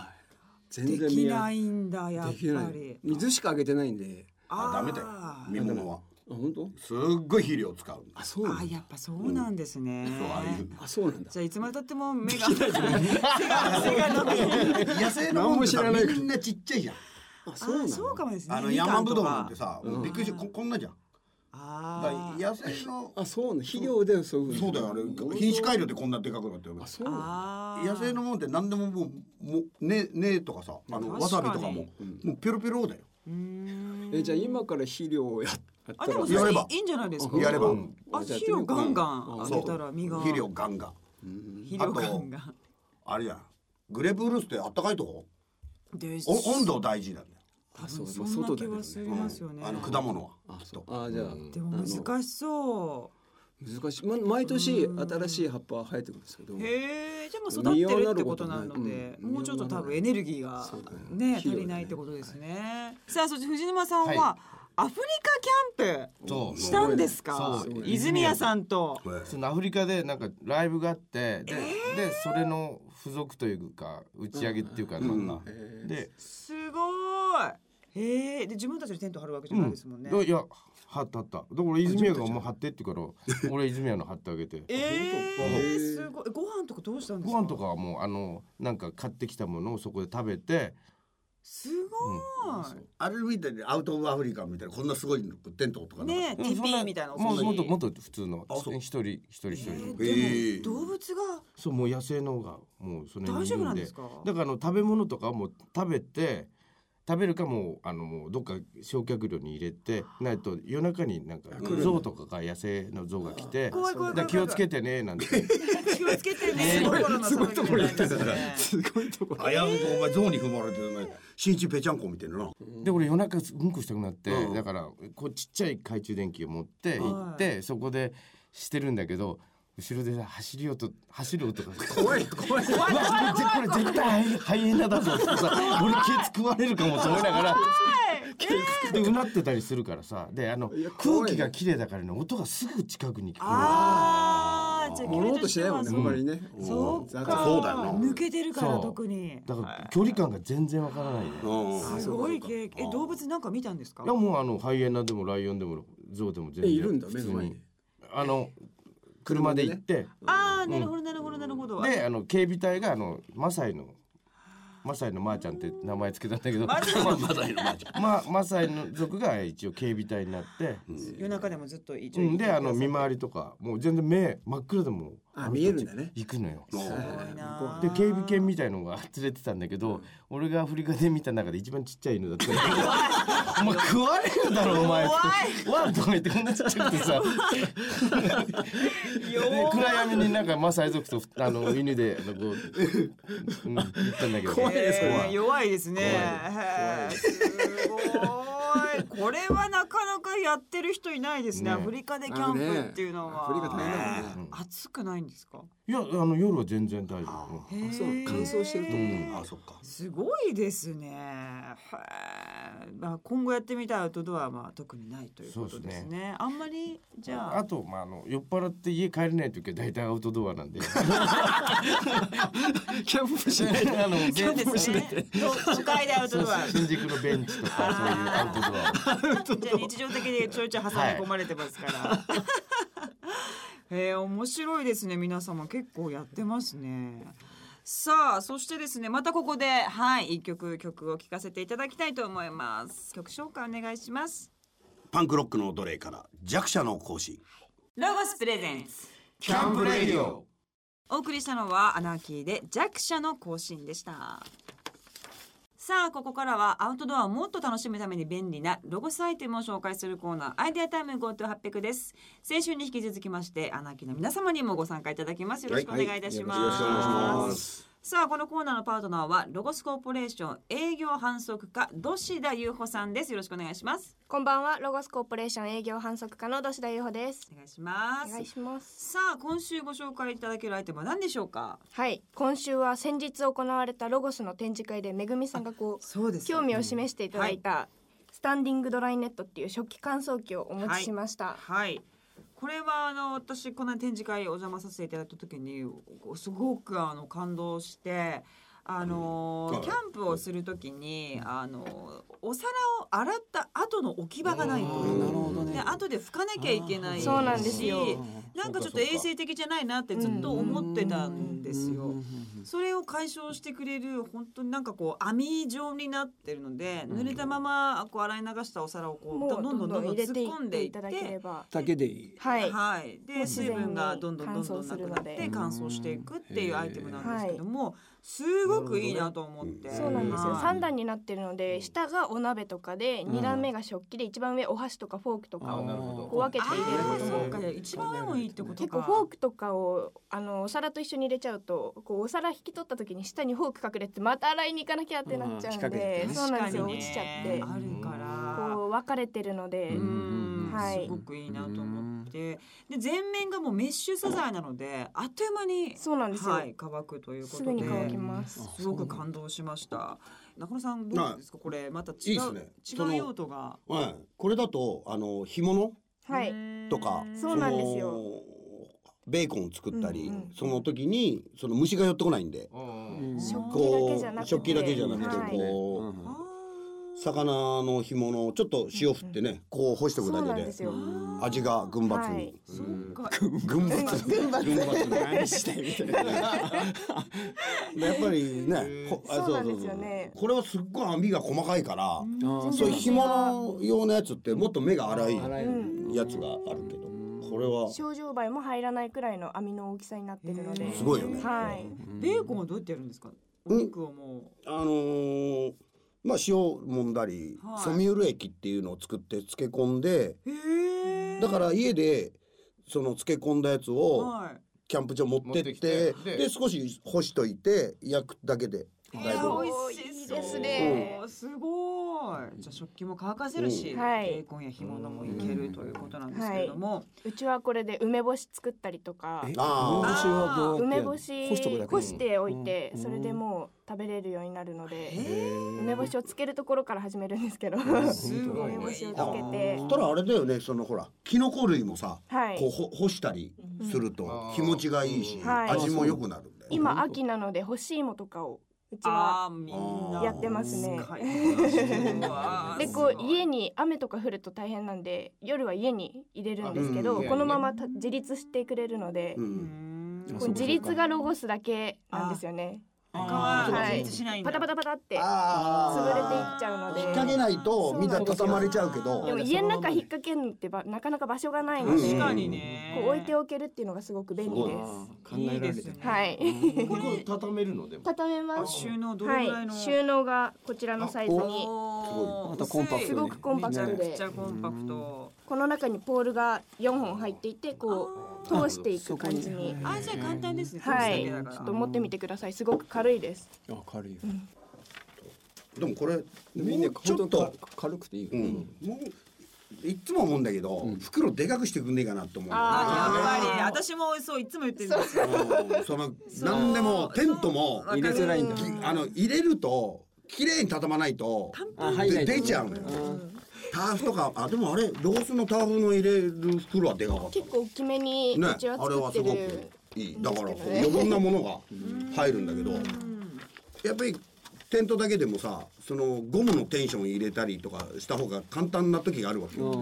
[SPEAKER 1] ツ。
[SPEAKER 2] 全
[SPEAKER 1] で
[SPEAKER 2] 然
[SPEAKER 1] き
[SPEAKER 2] 見
[SPEAKER 1] な
[SPEAKER 2] や
[SPEAKER 1] いんだ、やっ
[SPEAKER 2] できな
[SPEAKER 1] ぱ
[SPEAKER 2] い
[SPEAKER 1] り。
[SPEAKER 2] 水しかあげてないんで
[SPEAKER 1] あー
[SPEAKER 3] ダメだよ見物は
[SPEAKER 2] あ本当
[SPEAKER 3] すっごい肥料使う
[SPEAKER 2] あそうなん
[SPEAKER 1] あ、
[SPEAKER 2] だ
[SPEAKER 1] やっぱそうなんですね。
[SPEAKER 3] そうああいう
[SPEAKER 2] あそうなんだ
[SPEAKER 1] じゃあいつまでたっても目が背が 背が伸びない。
[SPEAKER 3] 野生のもんっ
[SPEAKER 2] 何も
[SPEAKER 3] てさ
[SPEAKER 2] 知らないから
[SPEAKER 3] みんなちっちゃいじゃん
[SPEAKER 2] あそうな
[SPEAKER 1] あ、
[SPEAKER 2] んだ
[SPEAKER 1] そうかもですね。
[SPEAKER 3] あの
[SPEAKER 1] みかと
[SPEAKER 3] 山ぶ
[SPEAKER 1] か
[SPEAKER 3] どうなんてさ、
[SPEAKER 2] うん
[SPEAKER 3] びっくりしてここんなじゃんだか
[SPEAKER 1] あー
[SPEAKER 3] ら野生の
[SPEAKER 2] あそうなんだ肥料でそういうふに
[SPEAKER 3] そうだよあれ品種改良でこんなでかくなってる
[SPEAKER 2] あそうなんだ
[SPEAKER 1] あー
[SPEAKER 3] 野生のものって何でももうもうねねとかさあ
[SPEAKER 1] 確か
[SPEAKER 3] の
[SPEAKER 1] に
[SPEAKER 3] わさびとかも
[SPEAKER 2] うん
[SPEAKER 3] もうピロピロだよ
[SPEAKER 1] うーん
[SPEAKER 2] えじゃあ今から肥料をややった
[SPEAKER 1] あ
[SPEAKER 2] ら
[SPEAKER 1] でもそ
[SPEAKER 3] や
[SPEAKER 1] れ
[SPEAKER 3] れ
[SPEAKER 1] い
[SPEAKER 3] ば
[SPEAKER 1] いいいんじゃないですか
[SPEAKER 3] やれば
[SPEAKER 1] うんあ
[SPEAKER 2] じゃあ
[SPEAKER 1] 肥料ガンガン
[SPEAKER 2] うん
[SPEAKER 1] あ
[SPEAKER 2] あ
[SPEAKER 1] げ
[SPEAKER 3] そ
[SPEAKER 1] たら実が
[SPEAKER 3] う肥料ガンガン
[SPEAKER 2] うん
[SPEAKER 1] 肥料ガンガン
[SPEAKER 3] あれじゃんグレープフルーツってあったかいとこ
[SPEAKER 1] です
[SPEAKER 3] お温度大事なんだよ
[SPEAKER 1] 多分
[SPEAKER 2] そう
[SPEAKER 1] そんな
[SPEAKER 2] 外
[SPEAKER 1] 気
[SPEAKER 2] だ
[SPEAKER 1] は
[SPEAKER 2] ね
[SPEAKER 1] するますよね
[SPEAKER 3] あの果物は
[SPEAKER 2] あ
[SPEAKER 3] きっ
[SPEAKER 2] そう
[SPEAKER 3] と
[SPEAKER 2] あじゃあ、
[SPEAKER 4] うん
[SPEAKER 1] でも難しそ
[SPEAKER 2] 難しい、ま、毎年新しい葉っぱは生えてくるんですけど
[SPEAKER 1] うへえじゃあもう育ってるってことなので
[SPEAKER 2] うん
[SPEAKER 1] もうちょっと多分エネルギーが
[SPEAKER 2] そうだね
[SPEAKER 1] ね足
[SPEAKER 2] 肥料だね
[SPEAKER 1] りないってことですねさあそして藤沼さんは
[SPEAKER 4] は
[SPEAKER 1] アフリカキャンプ
[SPEAKER 4] そう
[SPEAKER 1] したんですか
[SPEAKER 4] そう
[SPEAKER 1] 泉谷さんと
[SPEAKER 3] これ
[SPEAKER 4] そのアフリカでなんかライブがあってで,、でそれの付属というか打ち上げっていうか、
[SPEAKER 3] ん
[SPEAKER 4] なんか、
[SPEAKER 2] え
[SPEAKER 4] です
[SPEAKER 1] ごいへえで自分たちでテント張るわけじゃないですもんね、
[SPEAKER 4] うんいや貼った貼っただから泉谷がもう貼ってって言う から俺泉谷の貼ってあげて
[SPEAKER 1] え
[SPEAKER 2] 本
[SPEAKER 1] ー、
[SPEAKER 2] 当
[SPEAKER 1] すごいご飯とかどうしたんですか
[SPEAKER 4] ご飯とかはもうあのなんか買ってきたものをそこで食べて
[SPEAKER 1] すごい、
[SPEAKER 3] あれみたいにアウト・オブ・アフリカンみたいなこんなすごいのテントとかなかった
[SPEAKER 1] ねえ、ティピーみたいなお
[SPEAKER 4] もう
[SPEAKER 1] 掃除
[SPEAKER 4] もっともっと普通の
[SPEAKER 3] あそう
[SPEAKER 4] 一人一人一
[SPEAKER 1] え
[SPEAKER 4] 人、
[SPEAKER 1] ー
[SPEAKER 3] へ
[SPEAKER 1] で
[SPEAKER 3] え
[SPEAKER 1] も動物が
[SPEAKER 4] そうもう野生の方がもうその
[SPEAKER 1] 大丈夫なんです
[SPEAKER 4] か
[SPEAKER 1] か
[SPEAKER 4] だからあの食べ物とかはもう食べて食べるかもうあのもうどっか焼却炉に入れてないと夜中になんか象とかが野生の象が来て
[SPEAKER 1] 怖い怖い怖い怖い
[SPEAKER 4] だから気をつけてねなんて
[SPEAKER 1] 気をつけてね心の騒ぎじゃ ないですごいところ
[SPEAKER 3] 行ってたから
[SPEAKER 2] すごいとこ
[SPEAKER 3] 危うくお前象に踏まれてるね新地ぺちゃんこみたいなな
[SPEAKER 4] で俺夜中うんこしたくなって、
[SPEAKER 3] うん
[SPEAKER 4] だからこうちっちゃい懐中電気を持って行って、そこでしてるんだけど後ろで走り音走る音 が
[SPEAKER 3] 怖い怖 いう
[SPEAKER 4] わこれ絶対ハイエナだぞとかさ俺ケツ食われるかもと思いなが らでうなってたりするからさであの
[SPEAKER 2] いや怖い
[SPEAKER 4] 空気が綺麗だからね音がすぐ近くに聞こ
[SPEAKER 1] あーじゃあ
[SPEAKER 2] 物音しないもんねあんま
[SPEAKER 1] ね
[SPEAKER 2] りね
[SPEAKER 1] そう
[SPEAKER 2] 雑
[SPEAKER 1] か
[SPEAKER 3] そうだよな
[SPEAKER 1] 抜けてるから
[SPEAKER 4] そう
[SPEAKER 1] 特に
[SPEAKER 4] えるだから距離感が全然わからないね
[SPEAKER 3] ん
[SPEAKER 1] すごい経験え動物なんか見たんですか
[SPEAKER 4] いやもうあのハイエナでもライオンでもゾウでも全然
[SPEAKER 2] えいるんだ
[SPEAKER 4] 普通
[SPEAKER 2] 目の前に
[SPEAKER 4] あの車で行って
[SPEAKER 1] ああなるほどなるほどなるほど
[SPEAKER 4] であの警備隊があのマサイのマサイのまーちゃんって名前つけたんだけど
[SPEAKER 1] マサイ
[SPEAKER 3] まだいるまだいる
[SPEAKER 4] まあ、マサイの族が一応警備隊になって、
[SPEAKER 1] 夜中でもずっと一
[SPEAKER 4] う
[SPEAKER 1] 応
[SPEAKER 4] ん、であの見回りとかもう全然目真っ暗でも
[SPEAKER 2] あ見えるんだね
[SPEAKER 4] 行くのよ。
[SPEAKER 3] もう
[SPEAKER 1] すごいな
[SPEAKER 4] で警備犬みたいのが連れてたんだけど、俺がアフリカで見た中で一番ちっちゃい犬だったんだけどお前食われるだろお前」って「わ」とか言ってこんなちっちゃくてさ
[SPEAKER 1] よ
[SPEAKER 4] で暗闇になんかマサイ族とあの犬であのこう、うん、行ったんだけど
[SPEAKER 2] 怖いです
[SPEAKER 1] えー弱いですね。へーすごい。これはなかなかやってる人いないですね。
[SPEAKER 4] ね
[SPEAKER 1] アフリカでキャンプっていうの
[SPEAKER 2] アフリカ大変だ
[SPEAKER 1] は。
[SPEAKER 2] もんね
[SPEAKER 1] 暑くないんですか。
[SPEAKER 4] いやあの夜は全然大丈夫。
[SPEAKER 1] へー
[SPEAKER 2] そう乾燥してると思う
[SPEAKER 3] あそっか
[SPEAKER 1] すごいですね。へーまあ今後やってみたいアウトドアはまあ特にないということ
[SPEAKER 4] そう
[SPEAKER 1] で
[SPEAKER 4] ですす
[SPEAKER 1] ね。あんまりじゃ
[SPEAKER 4] あ
[SPEAKER 1] あ
[SPEAKER 4] と、まあ、あの酔っ払って家帰れない時は大体アウトドアなんで
[SPEAKER 2] キャンプも しない
[SPEAKER 4] あの
[SPEAKER 1] そうで
[SPEAKER 4] 全部
[SPEAKER 1] すね。都都会でアウトドア。
[SPEAKER 4] 新宿のベンチとかそういうアウトドア
[SPEAKER 1] じゃあ日常的にちょいちょい挟み込まれてますから。えー面白いですね皆様結構やってますね。さあそしてですねまたここではい一曲曲を聴かせていただきたいと思います。曲紹介お願いします。
[SPEAKER 3] パンクロックの奴隷から弱者の行使
[SPEAKER 1] ロゴスプレゼンス
[SPEAKER 4] キャンプレイディオ
[SPEAKER 1] お送りしたのはアナーキーで弱者の更新でしたさあここからはアウトドアをもっと楽しむために便利なロゴスアイテムを紹介するコーナーアイデアタイム GoTo800 です先週に引き続きましてアナーキーの皆様にもご参加いただきますよろしくお願いいたします、
[SPEAKER 2] はいよろしくお願いします
[SPEAKER 1] さあこのコーナーのパートナーはロゴスコーポレーション営業販促課土師田優穂さんですよろしくお願いします
[SPEAKER 5] こんばんはロゴスコーポレーション営業販促課の土田優穂です
[SPEAKER 1] お願いしま
[SPEAKER 5] お願い
[SPEAKER 1] す
[SPEAKER 5] します
[SPEAKER 1] さあ今週ご紹介いただけるアイテムは何でしょうか
[SPEAKER 5] はい今週は先日行われたロゴスの展示会でめぐみさんがこう
[SPEAKER 1] そうで
[SPEAKER 5] 興味を示していただいたスタンディングドライネットっていう食器乾燥機をお持ちしました、
[SPEAKER 1] はい。これはあの私この展示会お邪魔させていただいた時におすごくあの感動して。あの
[SPEAKER 3] うん
[SPEAKER 1] キャンプをするときにあのお皿を洗った後の置き場がないと
[SPEAKER 2] うんなるほど
[SPEAKER 1] で
[SPEAKER 2] ね
[SPEAKER 1] 後で拭かなきゃいけないし
[SPEAKER 5] そうなんですよ
[SPEAKER 1] なんかちょっと衛生的じゃないなってずっと思ってたんですよ。それを解消してくれる本当になんかこう網状になってるので、濡れたままこう洗い流したお皿をこ
[SPEAKER 5] も
[SPEAKER 1] う
[SPEAKER 5] う
[SPEAKER 1] どんどんどんどん
[SPEAKER 5] 入
[SPEAKER 1] 突
[SPEAKER 5] れ
[SPEAKER 1] って
[SPEAKER 5] い
[SPEAKER 1] 込ん
[SPEAKER 5] っ
[SPEAKER 1] で
[SPEAKER 5] て
[SPEAKER 1] いっ
[SPEAKER 5] いただけ
[SPEAKER 1] て
[SPEAKER 5] れ。ば
[SPEAKER 2] だけでいい。
[SPEAKER 5] はい、
[SPEAKER 1] はい、で
[SPEAKER 5] 自
[SPEAKER 1] 水
[SPEAKER 5] 然に
[SPEAKER 1] 分がどんどんどんど
[SPEAKER 5] 乾燥
[SPEAKER 1] んな
[SPEAKER 5] す
[SPEAKER 1] く
[SPEAKER 5] る
[SPEAKER 1] な
[SPEAKER 5] の
[SPEAKER 1] っ
[SPEAKER 5] で
[SPEAKER 1] て乾燥していくっていうアイテムなんですけども、すごくいいなと思って、
[SPEAKER 5] そうなんですよ
[SPEAKER 1] はい
[SPEAKER 5] 三段になってるので下がお鍋とかで
[SPEAKER 2] ん
[SPEAKER 5] 二段目が食器で一番上お箸とかフォークとか
[SPEAKER 4] あ
[SPEAKER 5] を
[SPEAKER 4] なるほど
[SPEAKER 5] こう分け
[SPEAKER 1] あ
[SPEAKER 5] て入れる
[SPEAKER 1] あ
[SPEAKER 5] こ
[SPEAKER 1] ー
[SPEAKER 5] と
[SPEAKER 1] そう
[SPEAKER 5] も
[SPEAKER 1] か一番上もいいってことか
[SPEAKER 5] 結構フォークとかをあのお皿と一緒に入れちゃうとこうお皿引き取った時に下にフォーク隠れてまた洗いに行かなきゃってなっちゃうんで、
[SPEAKER 2] うん
[SPEAKER 5] そうなんですよ
[SPEAKER 1] 確かに
[SPEAKER 5] 落
[SPEAKER 1] ね
[SPEAKER 5] ちちゃって
[SPEAKER 1] あるから
[SPEAKER 5] こう分かれてるので、
[SPEAKER 1] うん
[SPEAKER 5] はい
[SPEAKER 1] すごくいいなと思ってで全面がもうメッシュ素材なのであっという間に
[SPEAKER 5] そうなんですよ、
[SPEAKER 1] はい、乾くというこ
[SPEAKER 5] す
[SPEAKER 1] と
[SPEAKER 5] ぐ
[SPEAKER 1] で
[SPEAKER 5] に乾きます、
[SPEAKER 2] あ
[SPEAKER 1] すごく感動しました中野さんどうですかこれまた
[SPEAKER 3] い
[SPEAKER 1] 違
[SPEAKER 3] いっす
[SPEAKER 1] う
[SPEAKER 3] ね
[SPEAKER 1] 違
[SPEAKER 3] そうの
[SPEAKER 1] 用途が
[SPEAKER 3] はいこれだとあの干物
[SPEAKER 5] はい、
[SPEAKER 3] とか
[SPEAKER 5] そうなんですよ
[SPEAKER 3] そのベーコンを作ったり、
[SPEAKER 5] うんうん
[SPEAKER 3] その時にその虫が寄ってこないんで
[SPEAKER 2] うん
[SPEAKER 1] 食
[SPEAKER 3] こう
[SPEAKER 5] 器だけじゃなくて
[SPEAKER 3] 食器だけじゃなくて
[SPEAKER 5] はい
[SPEAKER 3] こう、
[SPEAKER 1] あー
[SPEAKER 3] 魚の干物をちょっと塩振ってね、こう干しておく
[SPEAKER 5] そうな
[SPEAKER 3] だ
[SPEAKER 5] ん
[SPEAKER 3] けで
[SPEAKER 5] ですよ
[SPEAKER 3] 味が群抜に、
[SPEAKER 5] はい
[SPEAKER 1] そうか
[SPEAKER 3] 群抜群抜
[SPEAKER 2] 何してみた いな。
[SPEAKER 3] やっぱりね、ほあ
[SPEAKER 5] そうなんですよね
[SPEAKER 3] これはすっごい網が細かいから、
[SPEAKER 2] あ
[SPEAKER 3] そういう
[SPEAKER 5] 全然
[SPEAKER 3] 干物用のやつってもっと目が粗い
[SPEAKER 2] 洗える
[SPEAKER 5] うん
[SPEAKER 3] やつがあるけど、これは
[SPEAKER 5] 症状梅も入らないくらいの網の大きさになってるので、
[SPEAKER 3] すごいよね。
[SPEAKER 5] はい、
[SPEAKER 1] ベーコンはどうやってやるんですか。お肉をも
[SPEAKER 3] あのーまあ塩揉んだり、
[SPEAKER 1] はい
[SPEAKER 3] ソミュール液っていうのを作って漬け込んで、
[SPEAKER 1] う。へえ。
[SPEAKER 3] だから家でその漬け込んだやつを
[SPEAKER 1] は
[SPEAKER 3] キャンプ場持ってって
[SPEAKER 4] 持ってきてで
[SPEAKER 3] で少し干しといて焼くだけで
[SPEAKER 1] い。
[SPEAKER 3] だい
[SPEAKER 5] や
[SPEAKER 3] ぶ
[SPEAKER 5] い
[SPEAKER 1] おい
[SPEAKER 5] い
[SPEAKER 1] し
[SPEAKER 5] い
[SPEAKER 1] そう
[SPEAKER 5] ですね
[SPEAKER 1] うんすごい。じゃあ食器も乾かせるし、
[SPEAKER 3] うん
[SPEAKER 1] ベ
[SPEAKER 5] はい
[SPEAKER 1] ーコンや干物もいけるということなんですけれども、
[SPEAKER 5] うちはこれで梅干し作ったりとか
[SPEAKER 3] あ
[SPEAKER 2] はどうやって
[SPEAKER 5] 梅
[SPEAKER 2] やる
[SPEAKER 5] 干
[SPEAKER 2] の
[SPEAKER 5] し
[SPEAKER 2] 干しとくだけ
[SPEAKER 5] 干しておいて、
[SPEAKER 2] うん
[SPEAKER 5] それでもう食べれるようになるので、
[SPEAKER 1] え
[SPEAKER 5] 梅干しをつけるところから始めるんですけど、
[SPEAKER 1] ーすごい。
[SPEAKER 5] 梅干しを
[SPEAKER 3] か
[SPEAKER 5] つけて
[SPEAKER 3] そしたらあれだよねそのほらキノコ類もさ、
[SPEAKER 5] はい
[SPEAKER 3] こうほ干したりすると
[SPEAKER 4] うん
[SPEAKER 3] 日持ちがいいし、
[SPEAKER 4] うん
[SPEAKER 5] はい
[SPEAKER 3] 味も良くなるんだよね、
[SPEAKER 5] 今秋なので干し芋とかをうちは
[SPEAKER 1] あーみんな
[SPEAKER 5] やってますね
[SPEAKER 1] 使いこなしてるわ
[SPEAKER 5] でこう家
[SPEAKER 1] に
[SPEAKER 5] に雨とか降ると大変なんで夜は家に入れるんですけ
[SPEAKER 3] あ
[SPEAKER 5] ど、
[SPEAKER 3] うん
[SPEAKER 5] このままた自立してくれるので、
[SPEAKER 3] うん
[SPEAKER 2] うん
[SPEAKER 5] こう自立がロゴスだけなんですよね
[SPEAKER 1] あ
[SPEAKER 5] は
[SPEAKER 1] ー
[SPEAKER 5] い
[SPEAKER 1] 自立しないんだ
[SPEAKER 5] パタパタパタって
[SPEAKER 3] あ
[SPEAKER 5] 潰れていっ
[SPEAKER 3] あ
[SPEAKER 5] ちゃうので
[SPEAKER 3] 引っ掛けないとみんな畳まれちゃうけ
[SPEAKER 5] で
[SPEAKER 3] ど
[SPEAKER 5] も家の中引っ掛けるのってばなかなか場所がないので、
[SPEAKER 1] 確か
[SPEAKER 5] こ
[SPEAKER 1] にね。
[SPEAKER 5] う置いておけるっていうのがすごく便利
[SPEAKER 3] すご
[SPEAKER 5] で
[SPEAKER 3] い
[SPEAKER 5] す。
[SPEAKER 2] 考えられてる。
[SPEAKER 5] はい、
[SPEAKER 4] これ畳めるのでも
[SPEAKER 5] 畳めま
[SPEAKER 1] あ
[SPEAKER 5] す。
[SPEAKER 1] 収納どれぐらいの。
[SPEAKER 5] はい、収納がこちらのサイズに
[SPEAKER 1] おー
[SPEAKER 2] またコンパ
[SPEAKER 1] 薄
[SPEAKER 2] クトに
[SPEAKER 1] い
[SPEAKER 5] すごくコンパクトで
[SPEAKER 1] めちゃくちゃコンパクト。
[SPEAKER 5] この中にポールが4本入っていてこう通していく感じに
[SPEAKER 1] あじゃあ簡単ですね。
[SPEAKER 5] はい
[SPEAKER 1] こ
[SPEAKER 5] ち
[SPEAKER 1] れだけだ
[SPEAKER 5] ょ
[SPEAKER 1] から
[SPEAKER 5] っと持ってみてくださいすごく軽いです
[SPEAKER 2] あ軽い。
[SPEAKER 3] でもこれ
[SPEAKER 2] みん
[SPEAKER 3] も
[SPEAKER 2] な
[SPEAKER 3] うちょっと、
[SPEAKER 2] 軽くていい。
[SPEAKER 3] うん、もういつも思うんだけど、袋でかくしてくんねえかなと思うんだよね
[SPEAKER 1] あやっぱり私もそういつも言ってるんですよ。
[SPEAKER 3] うんその何でもテントも
[SPEAKER 1] 入れづらいんだ
[SPEAKER 3] きあの入れると綺麗に畳まないと
[SPEAKER 2] あ入らな
[SPEAKER 3] で
[SPEAKER 2] いと
[SPEAKER 3] 出ちゃうのよ。ターフとかあでもあれロースのターフの入れる袋はでかかった。
[SPEAKER 5] 結構大きめに
[SPEAKER 3] ね
[SPEAKER 5] うちは
[SPEAKER 3] あれ
[SPEAKER 5] 作っ
[SPEAKER 3] はす
[SPEAKER 5] てる、
[SPEAKER 3] ごくいい。だからこう
[SPEAKER 5] ね
[SPEAKER 3] 余分なものが入るんだけど、やっぱりテントだけでもさそのゴムのテンション入れたりとかした方が簡単な時があるわけよ。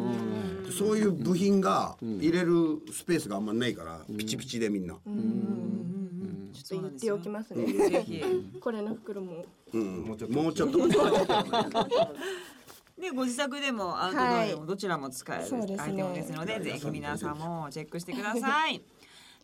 [SPEAKER 3] そういう部品が入れるスペースがあんまないからピチピチでみんな。
[SPEAKER 5] ちょっと言っておきますね
[SPEAKER 1] ぜひ。
[SPEAKER 5] これの袋も
[SPEAKER 3] うん
[SPEAKER 4] もうちょっと
[SPEAKER 3] もうちょっと。
[SPEAKER 1] でご自宅でもアウトドアでもどちらも使える
[SPEAKER 5] そうですね
[SPEAKER 1] アイテムですので、
[SPEAKER 2] はい
[SPEAKER 1] ぜひ皆さんもチェックしてください。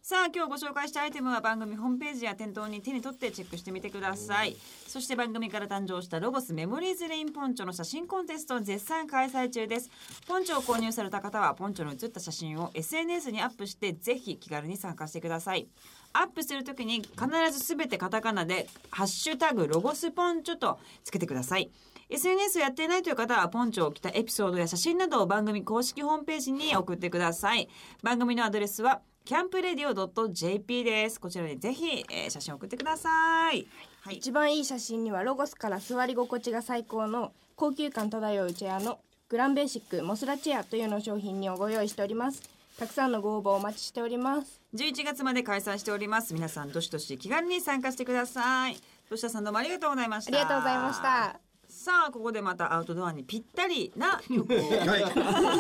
[SPEAKER 1] さあ今日ご紹介したアイテムは番組ホームページや店頭に手に取ってチェックしてみてくださいそして番組から誕生したロゴスメモリーズレインポンチョの写真コンテストを絶賛開催中ですポンチョを購入された方はポンチョの写った写真を SNS にアップしてぜひ気軽に参加してくださいアップするときに必ずすべてカタカナでハッシュタグロゴスポンチョとつけてください SNS をやっていないという方はポンチョを着たエピソードや写真などを番組公式ホームページに送ってください番組のアドレスはキャンプレディオ .jp ですこちらにぜひ、えー写真を送ってくださいはい、
[SPEAKER 5] 一番いい写真にはロゴスから座り心地が最高の高級感漂うチェアのグランベーシックモスラチェアというのを商品にご用意しておりますたくさんのご応募お待ちしております
[SPEAKER 1] 11月まで開催しております皆さんどしどし気軽に参加してください吉田さんどうもありがとうございまし
[SPEAKER 5] あ
[SPEAKER 1] た
[SPEAKER 5] りがとうございました
[SPEAKER 1] さあここでまたアウトドアにぴったりな曲を
[SPEAKER 3] はい。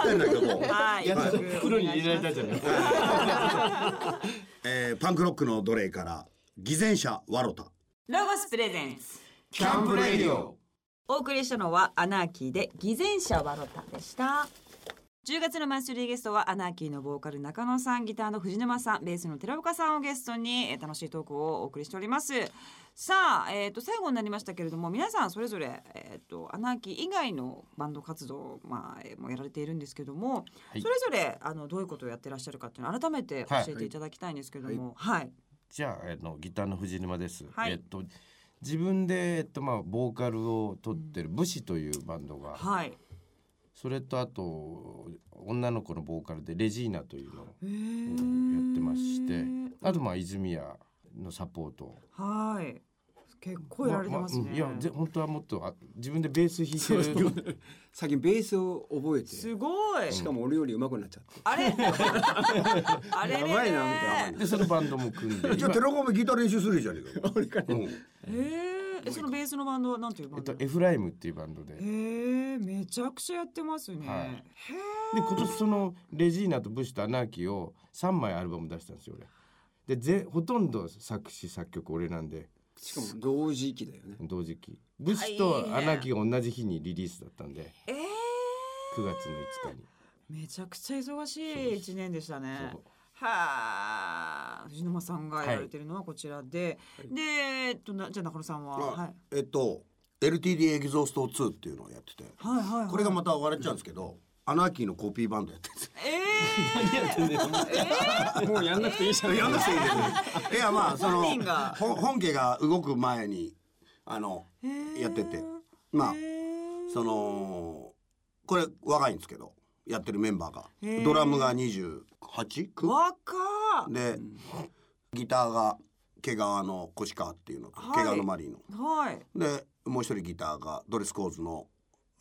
[SPEAKER 3] 変な曲を
[SPEAKER 1] はい
[SPEAKER 4] 袋に入れられたじゃない
[SPEAKER 3] えーパンクロックの奴隷から偽善者ワロタ。
[SPEAKER 1] ロゴスプレゼンス
[SPEAKER 2] キャンプレディオ
[SPEAKER 1] お送りしたのはアナーキーで偽善者ワロタでした10月のマンスリーゲストはアナーキーのボーカル中野さんギターの藤沼さんベースの寺岡さんをゲストにえー楽しいトークをお送りしておりますさあ、えー、と最後になりましたけれども皆さんそれぞれ、えー、とアナーキー以外のバンド活動、まあえーもやられているんですけども、
[SPEAKER 4] はい
[SPEAKER 1] それぞれあのどういうことをやってらっしゃるかっていうのを改めて教えていただきたいんですけどもはい、
[SPEAKER 4] じゃああのギターの藤沼です。
[SPEAKER 1] はい
[SPEAKER 4] えっと自分でえっとまあボーカルを取ってる武士というバンドが、
[SPEAKER 1] はい
[SPEAKER 4] それとあと女の子のボーカルでレジーナというのを
[SPEAKER 1] へ
[SPEAKER 4] え
[SPEAKER 1] ー
[SPEAKER 4] ーやってまして、あとまあ泉谷のサポート。
[SPEAKER 1] はい結構やられてますね、
[SPEAKER 4] ああうんいやぜ本当はもっとあ自分でベース弾いてる。
[SPEAKER 2] 最近ベースを覚えて
[SPEAKER 1] すごい。
[SPEAKER 2] しかも俺より上手くなっちゃって
[SPEAKER 1] あれ。あれれれ。
[SPEAKER 2] やばいなみたい
[SPEAKER 4] でそのバンドも組 んで。
[SPEAKER 3] じゃあ
[SPEAKER 4] 今
[SPEAKER 3] テロコムギター練習するじゃねえ か。俺かね。
[SPEAKER 1] ええ、そのベースのバンドはなんていうバ
[SPEAKER 4] え
[SPEAKER 1] ン
[SPEAKER 4] っと
[SPEAKER 1] ド。
[SPEAKER 4] エフライムっていうバンドで。
[SPEAKER 1] ええ、めちゃくちゃやってますね。
[SPEAKER 4] はい
[SPEAKER 1] へ
[SPEAKER 4] で今年そのレジーナとブッシュとアナーキーを3枚アルバム出したんですよ俺。でぜほとんど作詞作曲俺なんで
[SPEAKER 2] しかも同時期だよね
[SPEAKER 4] 同時期ブッシュと
[SPEAKER 1] 大
[SPEAKER 4] ア
[SPEAKER 1] 変
[SPEAKER 4] ナーキーが同じ日にリリースだったんで
[SPEAKER 1] えええ。
[SPEAKER 4] 9月の5日に
[SPEAKER 1] めちゃくちゃ忙しい一年でしたね
[SPEAKER 4] そう。
[SPEAKER 1] はあ、藤沼さんがやられてるのはこちらで、で、えっと、なじゃあ中野さんは、はい、は
[SPEAKER 3] あ
[SPEAKER 1] い
[SPEAKER 3] えっと LTD エキゾースト2っていうのをやってて、
[SPEAKER 1] はいはい、
[SPEAKER 3] これがまた笑っちゃうんですけど、アナーキーのコピーバンドやって るんですよ。
[SPEAKER 1] え
[SPEAKER 2] もうやんなくていいじゃん
[SPEAKER 3] いやんなくていいんだよねいやまあその
[SPEAKER 1] 本人が
[SPEAKER 3] ほん本家が動く前にあの
[SPEAKER 1] えー、
[SPEAKER 3] やっててまあ
[SPEAKER 1] えー
[SPEAKER 3] そのこれ若いんですけどやってるメンバーが
[SPEAKER 1] へー
[SPEAKER 3] ドラムが 28?9?
[SPEAKER 1] 若っ
[SPEAKER 3] でギターが毛皮の越川っていうのと
[SPEAKER 1] はい
[SPEAKER 3] 毛皮のマリーの。
[SPEAKER 1] はい。
[SPEAKER 3] でもう一人ギターがドレスコーズの、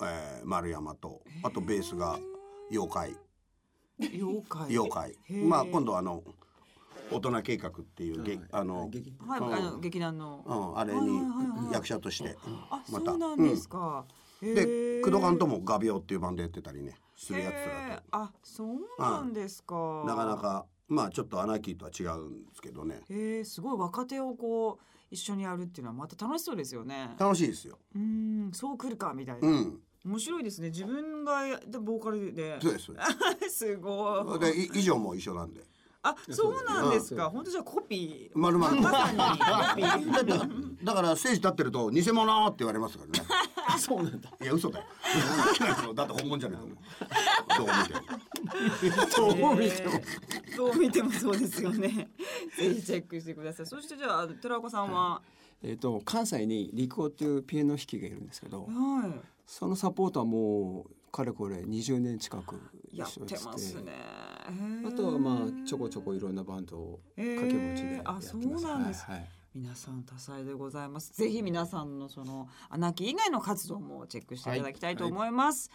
[SPEAKER 3] えー丸山とあとベースが妖怪
[SPEAKER 1] 妖怪。
[SPEAKER 3] 妖怪
[SPEAKER 1] へー
[SPEAKER 3] まあ今度あの大人計画っていうげ、あの、
[SPEAKER 2] 劇団
[SPEAKER 1] はい、あ
[SPEAKER 3] う
[SPEAKER 1] の
[SPEAKER 3] ん
[SPEAKER 1] 劇団の。
[SPEAKER 3] うん、あれ
[SPEAKER 1] はい
[SPEAKER 3] に
[SPEAKER 1] はいはいはい
[SPEAKER 3] 役者として
[SPEAKER 1] あ、
[SPEAKER 3] ま
[SPEAKER 1] そ
[SPEAKER 3] た
[SPEAKER 1] うなんですか。
[SPEAKER 3] うん
[SPEAKER 1] へ
[SPEAKER 3] で
[SPEAKER 1] ー
[SPEAKER 3] 工藤館とも「画鋲」っていうバンドやってたりねするやつ
[SPEAKER 1] へ
[SPEAKER 3] ら
[SPEAKER 1] ーあ、そうなんですか。
[SPEAKER 3] となかな。かまあちょっとアナーキーとは違うんですけどね
[SPEAKER 1] へえ、すごい若手をこう一緒にやるっていうのはまた楽しそうですよね。
[SPEAKER 3] 楽しいですよ
[SPEAKER 1] うーん、そう来るかみたいうな。
[SPEAKER 3] ん
[SPEAKER 1] 面白いですね。自分がやでボーカルで
[SPEAKER 3] そう。です そうです
[SPEAKER 1] すごい。
[SPEAKER 3] でい以上も一緒なんで
[SPEAKER 1] あ、そうなんです
[SPEAKER 2] う
[SPEAKER 1] か。
[SPEAKER 2] ん
[SPEAKER 1] 本当じゃあコピー。
[SPEAKER 3] まるまる
[SPEAKER 1] まさにコピー。
[SPEAKER 3] だってだからステージ立ってると偽物って言われますからね
[SPEAKER 2] そうなんだ
[SPEAKER 3] いや嘘だよ だって本物 じゃないと思うどう見ても
[SPEAKER 2] どう
[SPEAKER 1] えーどう
[SPEAKER 2] 見ても
[SPEAKER 1] 見てもそうですよね。 ぜひチェックしてください。そしてじゃあ寺岡さんは、
[SPEAKER 2] えっと関西にリコっていうピアノ弾きがいるんですけど
[SPEAKER 1] はい。
[SPEAKER 2] そのサポートはもうかれこれ20年近く
[SPEAKER 1] や
[SPEAKER 2] 一
[SPEAKER 1] っ
[SPEAKER 2] 緒
[SPEAKER 1] て
[SPEAKER 2] にし
[SPEAKER 1] ます
[SPEAKER 2] て
[SPEAKER 1] ね。
[SPEAKER 2] あとはまあちょこちょこいろんなバンドを掛け持ちでやってます、
[SPEAKER 1] へーあそうなんです
[SPEAKER 2] はいはい
[SPEAKER 1] 皆さん多彩でございます。ぜひ皆さんのそのアナキ以外の活動もチェックしていただきたいと思います。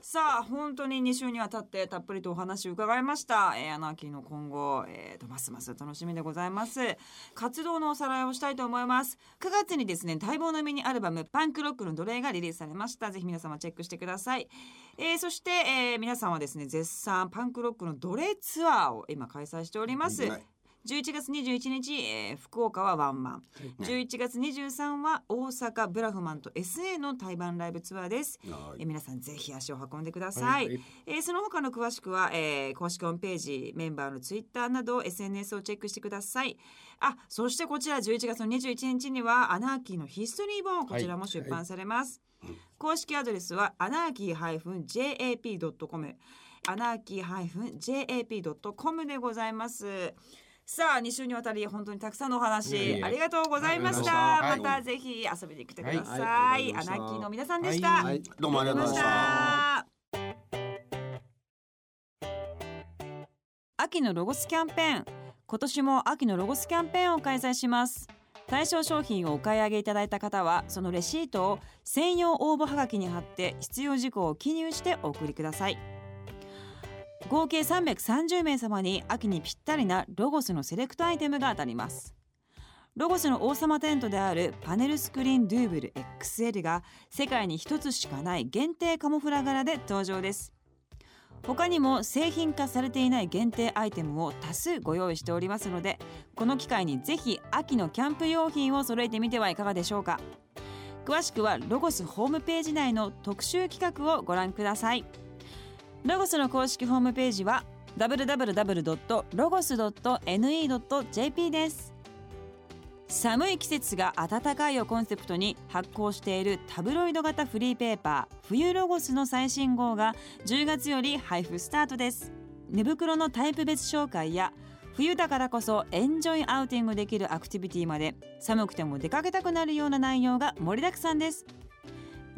[SPEAKER 1] さあ本当に2週にわたってたっぷりとお話を伺いました、えー、アナーキーの今後、えー、とますます楽しみでございます活動のおさらいをしたいと思います9月にですね待望のミニアルバム「パンクロックの奴隷」がリリースされましたぜひ皆様チェックしてください、えーそして、えー皆さんはですね絶賛パンクロックの奴隷ツアーを今開催しております、
[SPEAKER 3] はい
[SPEAKER 1] 11月21日、えー福岡はワンマン、11月23は大阪ブラフマンと SA の対バンライブツアーです、
[SPEAKER 3] はい
[SPEAKER 1] えー皆さんぜひ足を運んでください、えーその他の詳しくは、えー公式ホームページメンバーのツイッターなど SNS をチェックしてくださいあそしてこちら11月の21日にはアナーキーのヒストリー本こちらも出版されます、公式アドレスはアナーキー -jap.com アナーキー -jap.com でございますさあ2週にわたり本当にたくさんのお話
[SPEAKER 4] いえいえ
[SPEAKER 1] ありがとうございましたま
[SPEAKER 4] ありがとうございました
[SPEAKER 1] たぜひ遊びに来てください、
[SPEAKER 2] はいはいありが
[SPEAKER 1] ア
[SPEAKER 2] とうござ
[SPEAKER 1] ナ
[SPEAKER 2] いました
[SPEAKER 1] ーキーの皆さんでした、
[SPEAKER 4] はい
[SPEAKER 3] どうもありがとうございました。
[SPEAKER 1] 秋のロゴスキャンペーン今年も秋のロゴスキャンペーンを開催します対象商品をお買い上げいただいた方はそのレシートを専用応募はがきに貼って必要事項を記入してお送りください合計330名様に秋にぴったりなロゴスのセレクトアイテムが当たりますロゴスの王様テントであるパネルスクリーンドゥーブル XL が世界に一つしかない限定カモフラ柄で登場です他にも製品化されていない限定アイテムを多数ご用意しておりますのでこの機会にぜひ秋のキャンプ用品を揃えてみてはいかがでしょうか詳しくはロゴスホームページ内の特集企画をご覧くださいロゴスの公式ホームページは www.logos.ne.jp です寒い季節が暖かいをコンセプトに発行しているタブロイド型フリーペーパー「冬ロゴス」の最新号が10月より配布スタートです寝袋のタイプ別紹介や冬だからこそエンジョイアウティングできるアクティビティまで寒くても出かけたくなるような内容が盛りだくさんです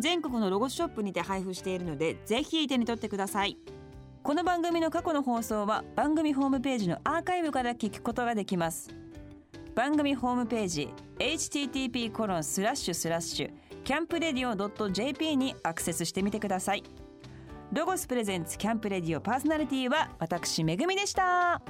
[SPEAKER 1] 全国のロゴスショップにて配布しているのでぜひ手に取ってくださいこの番組の過去の放送は番組ホームページのアーカイブから聞くことができます番組ホームページ http コロンスラッシュスラッシュキャンプレディオ .jp にアクセスしてみてくださいロゴスプレゼンツキャンプレディオパーソナリティは私めぐみでした